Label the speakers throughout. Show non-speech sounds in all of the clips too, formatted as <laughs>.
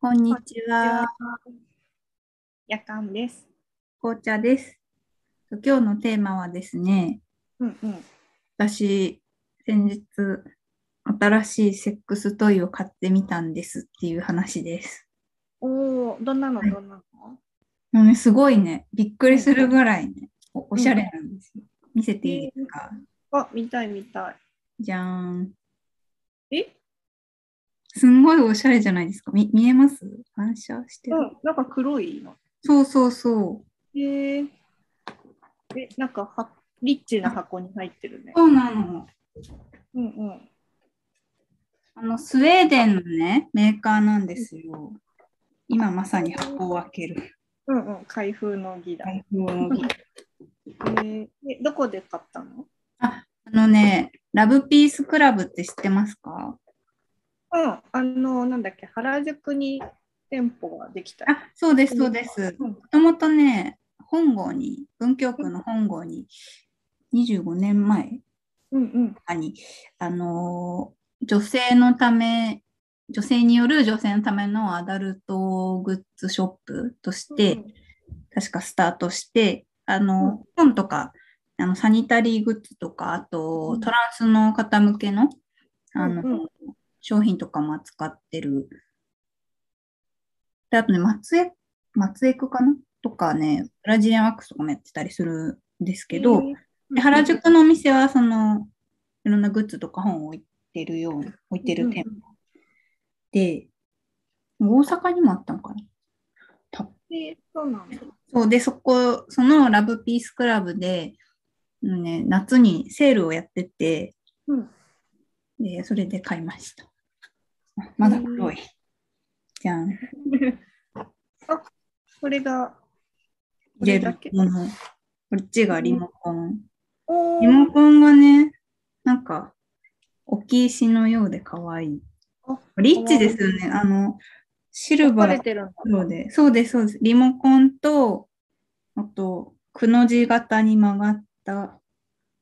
Speaker 1: こんにちは。
Speaker 2: 夜間です。
Speaker 1: 紅茶です。今日のテーマはですね、
Speaker 2: うんうん。
Speaker 1: 私、先日、新しいセックストイを買ってみたんですっていう話です。
Speaker 2: おお、どんなの
Speaker 1: はい
Speaker 2: どんなの？
Speaker 1: もうね、すごいね、びっくりするぐらいね、おおしゃれなんですよ。見せていいですか
Speaker 2: あ、見たい見た
Speaker 1: じゃーん。
Speaker 2: い。え？
Speaker 1: すんごいおしゃれじゃないですか。み見えます反射してる、
Speaker 2: うん、なんか黒いの。
Speaker 1: そうそうそう。
Speaker 2: へえ。え、なんかはリッチな箱に入ってるね。
Speaker 1: そうなの。
Speaker 2: うんうん。
Speaker 1: あの、スウェーデンのね、メーカーなんですよ。今まさに箱を開ける。
Speaker 2: うんうん。開封の儀だ。へ
Speaker 1: 開封の儀
Speaker 2: え。え、どこで買ったの？
Speaker 1: あのね、ラブピースクラブって知ってますか
Speaker 2: うん。あのなんだっけ原宿に店舗ができた。
Speaker 1: あ、そうです、そうです。
Speaker 2: うん
Speaker 1: もともとね、本郷に、文京区の本郷に、25年前
Speaker 2: うんうん。
Speaker 1: かに、あのー女性のため、女性による女性のためのアダルトグッズショップとして、
Speaker 2: うん
Speaker 1: 確かスタートして、あの、本とか、あの、サニタリーグッズとか、あと、
Speaker 2: うん
Speaker 1: トランスの方向けの、あの、
Speaker 2: うんう
Speaker 1: 商品とかも扱ってる。で、あとね、松江、松江区かなとかね、ブラジリアンワックスとかもやってたりするんですけど、
Speaker 2: へえ
Speaker 1: で原宿のお店は、その、いろんなグッズとか本を置いてるような、置いてる店舗で、大阪にもあったのかな多分
Speaker 2: えそうなんだ。
Speaker 1: そうで、そこ、そのラブピースクラブで、うんね、夏にセールをやってて、
Speaker 2: うん。
Speaker 1: で、それで買いました。あまだ黒い。じゃん。
Speaker 2: あ、これが。こ
Speaker 1: 入れ
Speaker 2: れだ
Speaker 1: る
Speaker 2: け
Speaker 1: もの。こっちがリモコン。
Speaker 2: おー
Speaker 1: リモコンがね、なんか、置き石のようで可愛い
Speaker 2: あ。
Speaker 1: リッチですよね。あの、シル
Speaker 2: 書か
Speaker 1: バ
Speaker 2: れ
Speaker 1: ー
Speaker 2: てるんだ。
Speaker 1: 黒で。そうです、そうです。リモコンと、あと、くの字型に曲がった、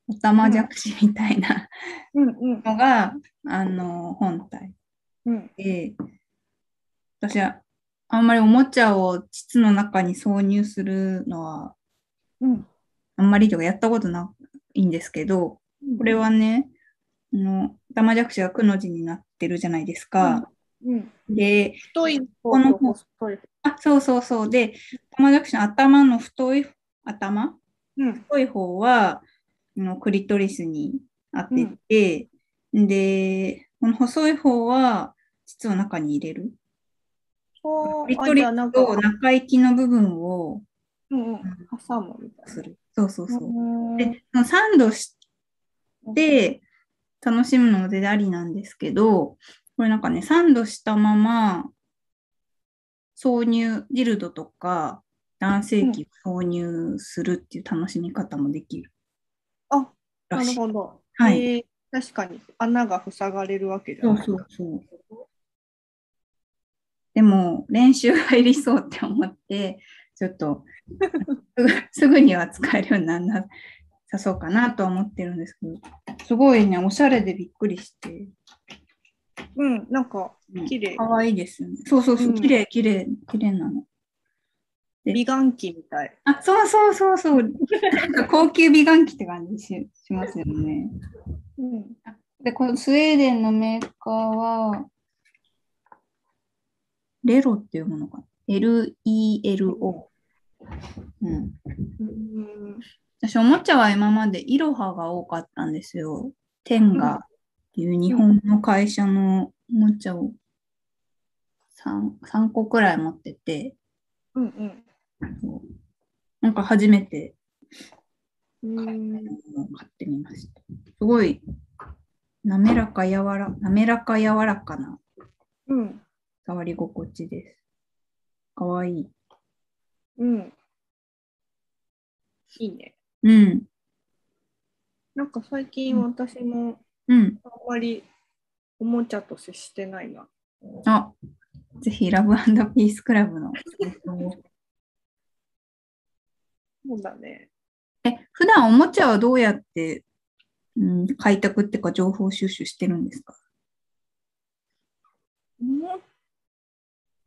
Speaker 1: おたまじゃくしみたいな
Speaker 2: うんうん
Speaker 1: のが、あの、本体
Speaker 2: うん。
Speaker 1: で、私は、あんまりおもちゃを膣の中に挿入するのは、
Speaker 2: うん。
Speaker 1: あんまりとかやったことないんですけど、これはね、あの、おたまじゃくしがくの字になってるじゃないですか。
Speaker 2: うん。
Speaker 1: で、
Speaker 2: 太い
Speaker 1: こ
Speaker 2: 方
Speaker 1: の
Speaker 2: と
Speaker 1: 方
Speaker 2: 細い方。
Speaker 1: あ、そうそうそう。で、オタマジャクシの頭の太い頭
Speaker 2: うん。
Speaker 1: 太い方はあのクリトリスに当てて、で、この細い方は膣を中に入れる。ク
Speaker 2: こう、
Speaker 1: リ
Speaker 2: あ
Speaker 1: ト
Speaker 2: じ
Speaker 1: リ
Speaker 2: ゃあなん
Speaker 1: ス
Speaker 2: か、
Speaker 1: と中行きの部分を
Speaker 2: うんうん、挟むみたい
Speaker 1: する。そうそう
Speaker 2: な。
Speaker 1: そう。
Speaker 2: うーん
Speaker 1: で、そのサンドして楽しむのもでありなんですけど、これなんかね、サンドしたまま挿入、ディルドとか男性器を挿入するっていう楽しみ方もできる
Speaker 2: あ、
Speaker 1: ら
Speaker 2: な
Speaker 1: し
Speaker 2: る
Speaker 1: い。
Speaker 2: ほど。
Speaker 1: はい
Speaker 2: えー確かに穴が塞がれるわけじゃ
Speaker 1: そう
Speaker 2: ない。
Speaker 1: そうそう。でも、練習がいりそうって思って、ちょっ <laughs> とすぐすぐには使えるようにならなさそうかなとは思ってるんですけど、すごいね、おしゃれでびっくりして、
Speaker 2: うん、なんか、綺麗
Speaker 1: かわいいですよね。そうそうそうう、
Speaker 2: ん
Speaker 1: 綺麗綺麗綺麗なの。
Speaker 2: 美顔器みたい。
Speaker 1: あ、そうそうそうそう、なんか高級美顔器って感じししますよね。
Speaker 2: うん。
Speaker 1: で、このスウェーデンのメーカーは、レロっていうものかな。L-E-L-O。うん。
Speaker 2: うん
Speaker 1: 私、おもちゃは今までイロハが多かったんですよ。テンガっていう日本の会社のおもちゃを 3, 3個くらい持ってて、
Speaker 2: うん
Speaker 1: そうなんか初めて
Speaker 2: うん。うん
Speaker 1: 買ってみました。すごい滑らか柔ら、滑らか柔らかな
Speaker 2: うん。
Speaker 1: 触り心地です。かわいい。
Speaker 2: うん。いいね。
Speaker 1: うん。
Speaker 2: なんか最近私も
Speaker 1: うん。
Speaker 2: あんまりおもちゃと接してないな。
Speaker 1: あ、ぜひ、ラブピースクラブの。
Speaker 2: そうだね。
Speaker 1: <laughs> え、普段おもちゃはどうやって、うん、開拓っていうか情報収集してるんですか
Speaker 2: おも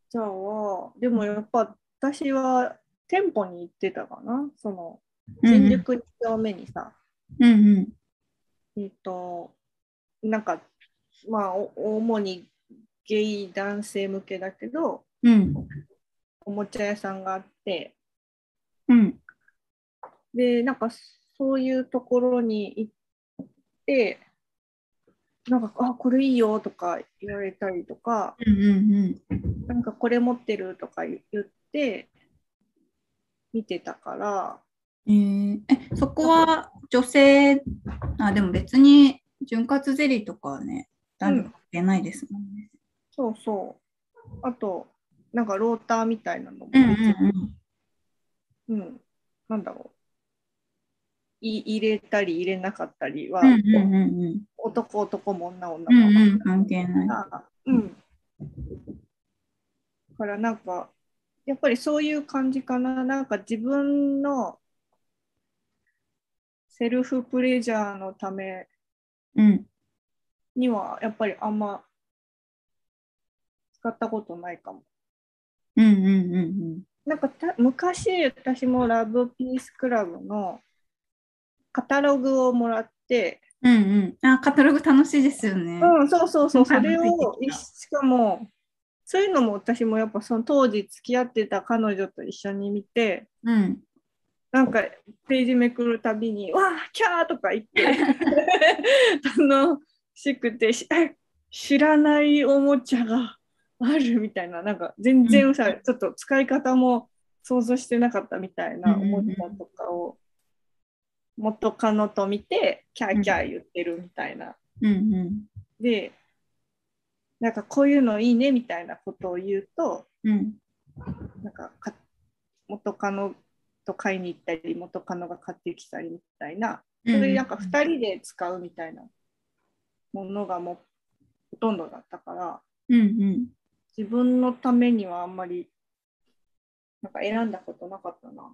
Speaker 2: じゃあ、でもやっぱ私は店舗に行ってたかな。その、
Speaker 1: うん
Speaker 2: 新宿2丁目にさ、
Speaker 1: うんうん
Speaker 2: えっと、なんか、まあ、お主にゲイ男性向けだけど、
Speaker 1: うん
Speaker 2: おもちゃ屋さんがあって、
Speaker 1: うん
Speaker 2: で、なんかそういうところに行って、なんか、あ、これいいよとか言われたりとか、
Speaker 1: うんうん
Speaker 2: なんかこれ持ってるとか言って、見てたから、
Speaker 1: うんえーえそこは女性あでも別に潤滑ゼリーとかはね男女関係ないですもんね。
Speaker 2: そうそう。あと、なんかローターみたいなのも、
Speaker 1: うんうん
Speaker 2: うんなんだろう。い入れたり入れなかったりは、
Speaker 1: うんうんうんうん
Speaker 2: 男男も女女も、
Speaker 1: うんうん関係ない。
Speaker 2: あうん。だからなんか、やっぱりそういう感じかな。なんか自分のセルフプレジャーのため
Speaker 1: うん
Speaker 2: には、やっぱりあんま使ったことないかも。
Speaker 1: うんうんうん
Speaker 2: なんかた昔、私もラブピースクラブのカタログをもらって、
Speaker 1: うんうんうんあカタログ楽しいですよね。
Speaker 2: うん、そうそう <laughs> そう、それ
Speaker 1: うん
Speaker 2: を、いしかも、そういうのも私もやっぱその当時付き合ってた彼女と一緒に見て、
Speaker 1: うん
Speaker 2: なんかページめくるたびに、わあ、キャーとか言って、楽しくてし、 <laughs> え知らないおもちゃがあるみたいな、なんか全然さ、ちょっと使い方も想像してなかったみたいなおもちゃとかを元カノと見て、キャーキャー言ってるみたいな。
Speaker 1: うんうん
Speaker 2: で、なんかこういうのいいねみたいなことを言うと、
Speaker 1: うん
Speaker 2: なんかか元カノと買いに行ったり、元カノが買ってきたりみたいな、それなんか2人で使うみたいなものがもうほとんどだったから、
Speaker 1: うんうん
Speaker 2: 自分のためにはあんまりなんか選んだことなかったな。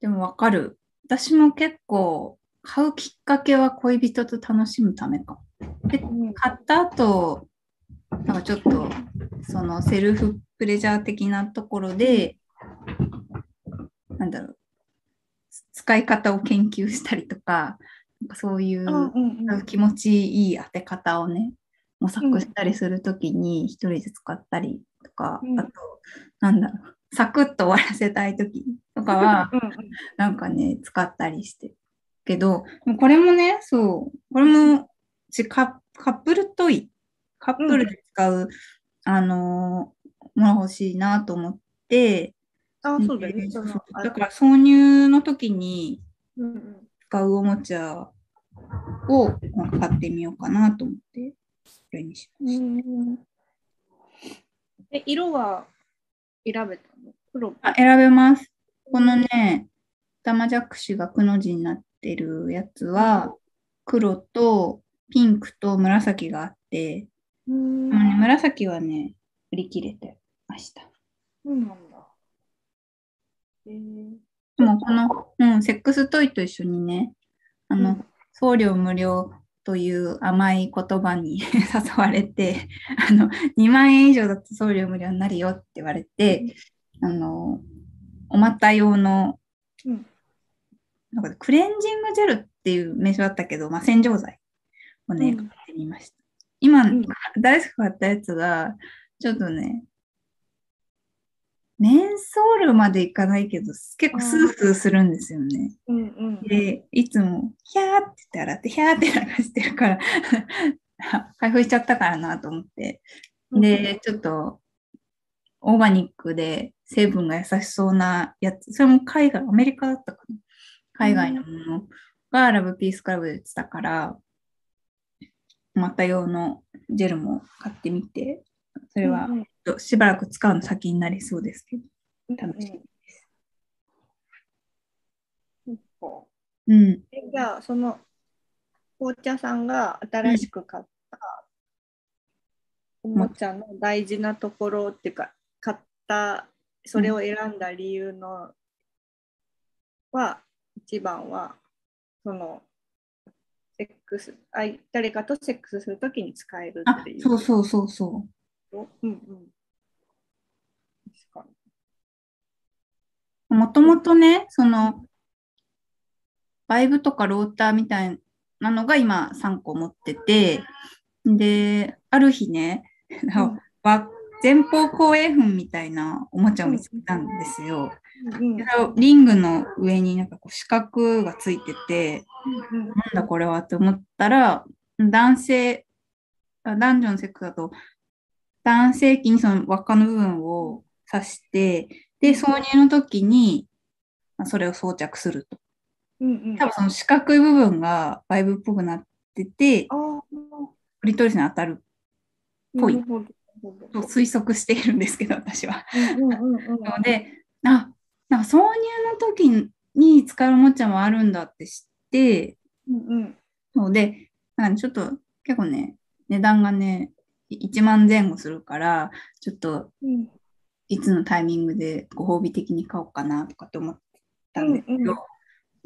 Speaker 1: でもわかる。私も結構買うきっかけは恋人と楽しむためかも。で
Speaker 2: うん
Speaker 1: 買った後、なんかちょっとそのセルフプレジャー的なところで、なんだろう、使い方を研究したりとか、なんかそういううん
Speaker 2: うんうん
Speaker 1: 気持ちいい当て方をね、模索したりするときに一人で使ったりとか、
Speaker 2: うん
Speaker 1: あと、なんだろう、サクッと終わらせたいときとかは、
Speaker 2: うん
Speaker 1: なんかね、使ったりして。けど、でもこれもね、そう、これもちカカップルトイ、カップルで使う、あのーもの欲しいなと思って、
Speaker 2: あ、そうだよね。そのあ
Speaker 1: だから挿入の時に
Speaker 2: うんうん
Speaker 1: 使うおもちゃをなんか買ってみようかなと思って、これにしました。
Speaker 2: え色は選べたの黒
Speaker 1: あ選べます。このね、タマジャクシがくの字になってるやつは、黒とピンクと紫があって、
Speaker 2: う
Speaker 1: で
Speaker 2: ん
Speaker 1: もね紫はね、売り切れてました。
Speaker 2: そうなんだ。えー、
Speaker 1: でもこの、うん、セックストイと一緒にね、あの、送料無料という甘い言葉に <laughs> 誘われてあの2万円以上だと送料無料になるよって言われて、あのお股用の、
Speaker 2: うん
Speaker 1: なんかクレンジングジェルっていう名称だったけど、まあ、洗浄剤をね、
Speaker 2: うん
Speaker 1: 買ってみました今、
Speaker 2: うん
Speaker 1: 大好き買ったやつがちょっとねメンソールまでいかないけど結構スースーするんですよね。
Speaker 2: うんうん
Speaker 1: で、いつも、ひゃーって言って洗って、ひゃーって流してるから、 <laughs> 開封しちゃったからなと思って。で、ちょっと、オーガニックで成分が優しそうなやつ、それも海外、アメリカだったかな。海外のものがラブピースクラブで売ってたから、また用のジェルも買ってみて、それは
Speaker 2: うんうん
Speaker 1: ちょっとしばらく使うの先になりそうですけど、楽しみです。
Speaker 2: こ
Speaker 1: うん。
Speaker 2: うえじゃあその紅茶さんが新しく買ったおもちゃの大事なところっていうか買ったそれを選んだ理由のは一番はそのセックスあい誰かとセックスするときに使える
Speaker 1: あ
Speaker 2: ってい、う。
Speaker 1: そうそうそうそう。
Speaker 2: うんうん
Speaker 1: もともとね、その、バイブとかローターみたいなのが今3個持ってて、で、ある日ね、
Speaker 2: ん
Speaker 1: わ <laughs> 前方後円墳みたいなおもちゃを見つけたんですよ。
Speaker 2: うん
Speaker 1: でリングの上になんかこう四角がついてて、
Speaker 2: うん
Speaker 1: なんだこれはって思ったら、男性、あ男女のセックスだと、男性器にその輪っかの部分を刺して、で、挿入の時に、まあそれを装着すると。
Speaker 2: うん
Speaker 1: 多分その四角い部分がバイブっぽくなってて、
Speaker 2: あ
Speaker 1: クリトリスに当たる
Speaker 2: ー
Speaker 1: ぽい
Speaker 2: なるほどなる
Speaker 1: と
Speaker 2: ほど
Speaker 1: 推測しているんですけど、私は。
Speaker 2: うんうんうんうん
Speaker 1: なので、あ、なんか挿入の時に使うおもちゃもあるんだって知って、
Speaker 2: うんうん
Speaker 1: そうで、なんかちょっと結構ね、値段がね、い1万前後するから、ちょっと
Speaker 2: うん
Speaker 1: いつのタイミングでご褒美的に買おうかなとかって思ってたんですけ
Speaker 2: うん
Speaker 1: ど、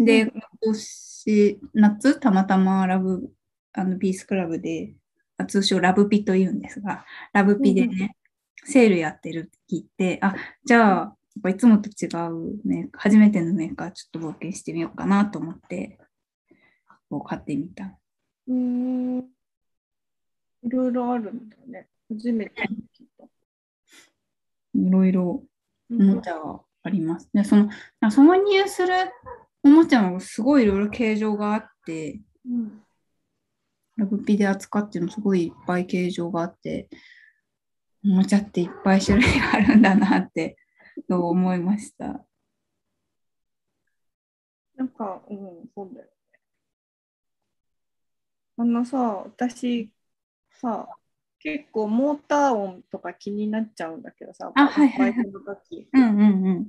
Speaker 2: ん
Speaker 1: で、
Speaker 2: うん
Speaker 1: 今年、夏、たまたまラブ、あの、ピースクラブで、あ通称ラブピと言うんですが、ラブピでね、セールやってるって聞いて、あ、じゃあ、やっぱいつもと違うメーカー、初めてのメーカーちょっと冒険してみようかなと思って、こう買ってみた。
Speaker 2: うーんいろいろあるんだね。初めて聞いた。
Speaker 1: いろいろ
Speaker 2: う
Speaker 1: お
Speaker 2: ん
Speaker 1: もちゃはあります。で、その、あ挿入するおもちゃもすごいいろいろ形状があって、
Speaker 2: うん
Speaker 1: ラブピで扱ってるのすごいいっぱい形状があって、おもちゃっていっぱい種類があるんだなって、と思いました。
Speaker 2: なんか、うん、そうだよね。あのさ、私さ、結構モーター音とか気になっちゃうんだけどさ、
Speaker 1: あはいはいはい
Speaker 2: バイトの時
Speaker 1: うんうんうん。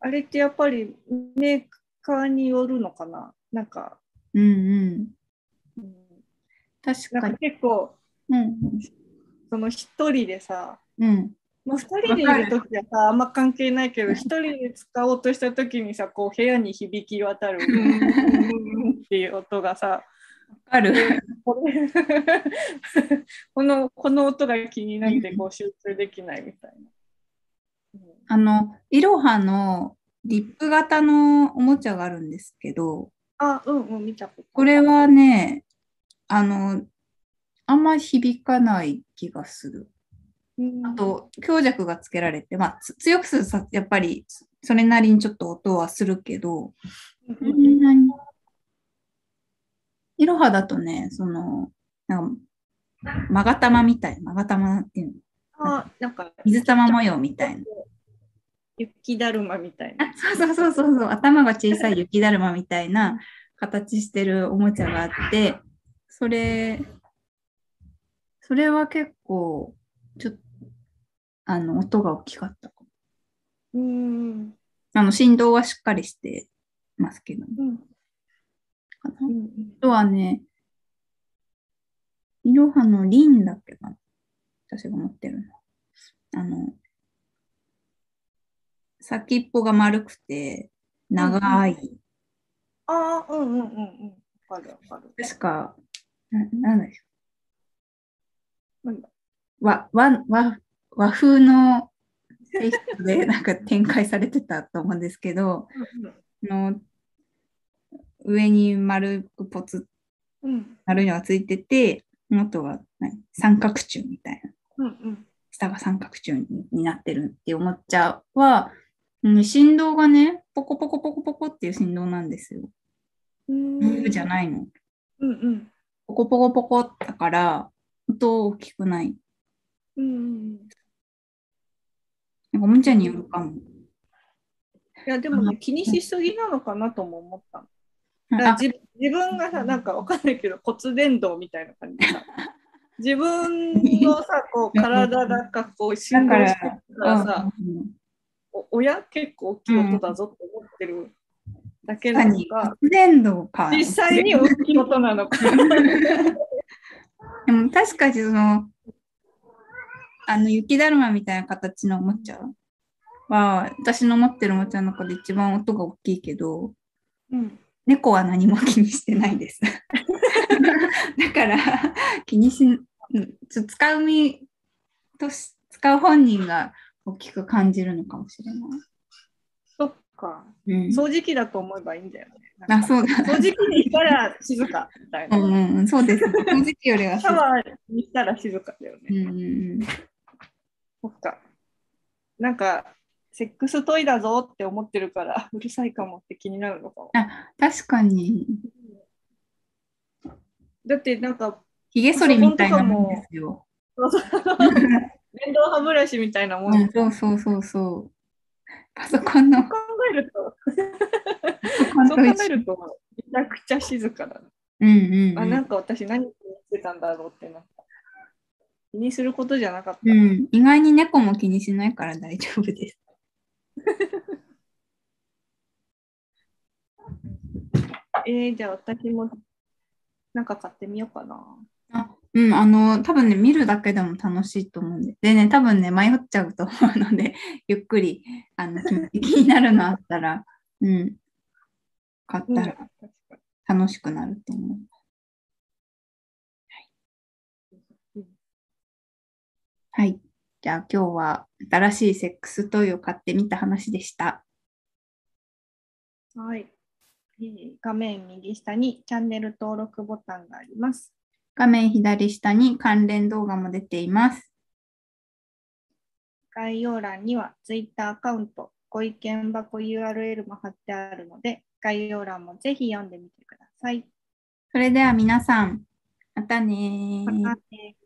Speaker 2: あれってやっぱりメーカーによるのかななんか、
Speaker 1: うんうん。
Speaker 2: うん、
Speaker 1: 確
Speaker 2: な
Speaker 1: か
Speaker 2: ん
Speaker 1: に
Speaker 2: か。結構、
Speaker 1: うん
Speaker 2: その一人でさ、
Speaker 1: うん。
Speaker 2: まあ、2人でいるときはさあんま関係ないけど1人で使おうとしたときにさこう部屋に響き渡る
Speaker 1: <laughs>
Speaker 2: 「うんうんうんうんっていう音がさ
Speaker 1: わかる。
Speaker 2: これこのこの音が気になってこう集中できないみたいな。
Speaker 1: あの、イロハのリップ型のおもちゃがあるんですけど、
Speaker 2: あうんうん見たこと
Speaker 1: これはね、あの、あんま響かない気がする。
Speaker 2: うん
Speaker 1: あと、強弱がつけられて、まあ、つ強くするとさやっぱり、そそれなりにちょっと音はするけど、
Speaker 2: う
Speaker 1: そ
Speaker 2: んうん
Speaker 1: んなに。いろはだとね、その、なんか、まがたまみたい、まがたまっていうの、
Speaker 2: あなんか
Speaker 1: 水玉模様みたいな。
Speaker 2: 雪だるまみたいな。
Speaker 1: あそうそうそうそうそう、頭が小さい雪だるまみたいな形してるおもちゃがあって、それ、それは結構、ちょっと、あの、音が大きかったかも。
Speaker 2: うん
Speaker 1: あの、振動はしっかりしてますけど、
Speaker 2: うんうん
Speaker 1: かな。
Speaker 2: う
Speaker 1: あ
Speaker 2: ん
Speaker 1: とはね、いろはのリンだっけかな。私が持ってるの。あの、先っぽが丸くて、長い。
Speaker 2: あうんうんうんうんわかるわかる。
Speaker 1: 確か、ななんだっけ
Speaker 2: なんだ
Speaker 1: わ、わ、わ、和風のテイスト
Speaker 2: <laughs>
Speaker 1: でなんか展開されてたと思うんですけど、あの上に丸くポツ、
Speaker 2: うんうん
Speaker 1: 丸いのがついてて、元が何三角柱みたいな、
Speaker 2: うんうん
Speaker 1: 下が三角柱にになってるって思っちゃうは、うん振動がね、ポコポコポコポコっていう振動なんですよ。
Speaker 2: うん
Speaker 1: じゃないの。
Speaker 2: うんうん
Speaker 1: ポコポコポコだから、音大きくない。
Speaker 2: うんうん
Speaker 1: なんかおもちゃによるかも。
Speaker 2: いやでもね気にしすぎなのかなとも思ったのだから
Speaker 1: あ
Speaker 2: 自自分がさなんかわかんないけど骨伝導みたいな感じでさ自分のさこう体がかこう振動してるからさ、
Speaker 1: うんうん
Speaker 2: お親結構大きい音だぞって思ってるだけなの
Speaker 1: 何
Speaker 2: か、
Speaker 1: 骨伝導か。
Speaker 2: 実際に大きい音なのか
Speaker 1: でも確かにその、あの雪だるまみたいな形のおもちゃは、私の持ってるおもちゃの中で一番音が大きいけど、
Speaker 2: うん
Speaker 1: 猫は何も気にしてない <laughs> です。だから、気にし、うんちょっと使う身とし、使う本人が大きく感じるのかもしれない。
Speaker 2: そっか。
Speaker 1: うん、
Speaker 2: 掃除機だと思えばいいんだよね。なん
Speaker 1: あ、
Speaker 2: か
Speaker 1: そうだ。
Speaker 2: 掃除機にしたら静かみたいうな。
Speaker 1: んうんうん、そう <laughs> です。この時期よりは
Speaker 2: シャワーにしたら静かだよ
Speaker 1: うん
Speaker 2: ね。
Speaker 1: うんうん。
Speaker 2: そっか。なんか、セックストイだぞって思ってるから、 <laughs> うるさいかもって気になるのかも。
Speaker 1: 確かに、
Speaker 2: だって、なんか、
Speaker 1: ひげ剃りみたいなもんですよ。
Speaker 2: 電動歯ブラシみたいなも。
Speaker 1: うんん、そうそうそうそう。パソコンの、
Speaker 2: 考えると、
Speaker 1: パソコンと
Speaker 2: そう
Speaker 1: 一
Speaker 2: 考え
Speaker 1: 緒。
Speaker 2: ると、めちゃくちゃ静かだな。
Speaker 1: うんうん
Speaker 2: あ
Speaker 1: う
Speaker 2: なんんか私何気にしてたんだろうってなんか気にすることじゃなかった、
Speaker 1: うん。意外に猫も気にしないから大丈夫です。
Speaker 2: えー、じゃあ私もなんか買ってみようかな
Speaker 1: うん、あの、多分ね、見るだけでも楽しいと思うんで。でね、多分ね、迷っちゃうと思うので、ゆっくり、あの、気気に <laughs> なるのあったら、うん、買っ
Speaker 2: うん
Speaker 1: た
Speaker 2: 確
Speaker 1: ら
Speaker 2: か
Speaker 1: 楽しくなると思う。
Speaker 2: に
Speaker 1: はい。じゃあ今日は新しいセックストイを買ってみた話でした。
Speaker 2: はい、えー画面右下にチャンネル登録ボタンがあります
Speaker 1: 画面左下に関連動画も出ています。
Speaker 2: 概要欄には Twitter アカウントご意見箱 URL も貼ってあるので概要欄もぜひ読んでみてください
Speaker 1: それでは皆さん、またねー
Speaker 2: またね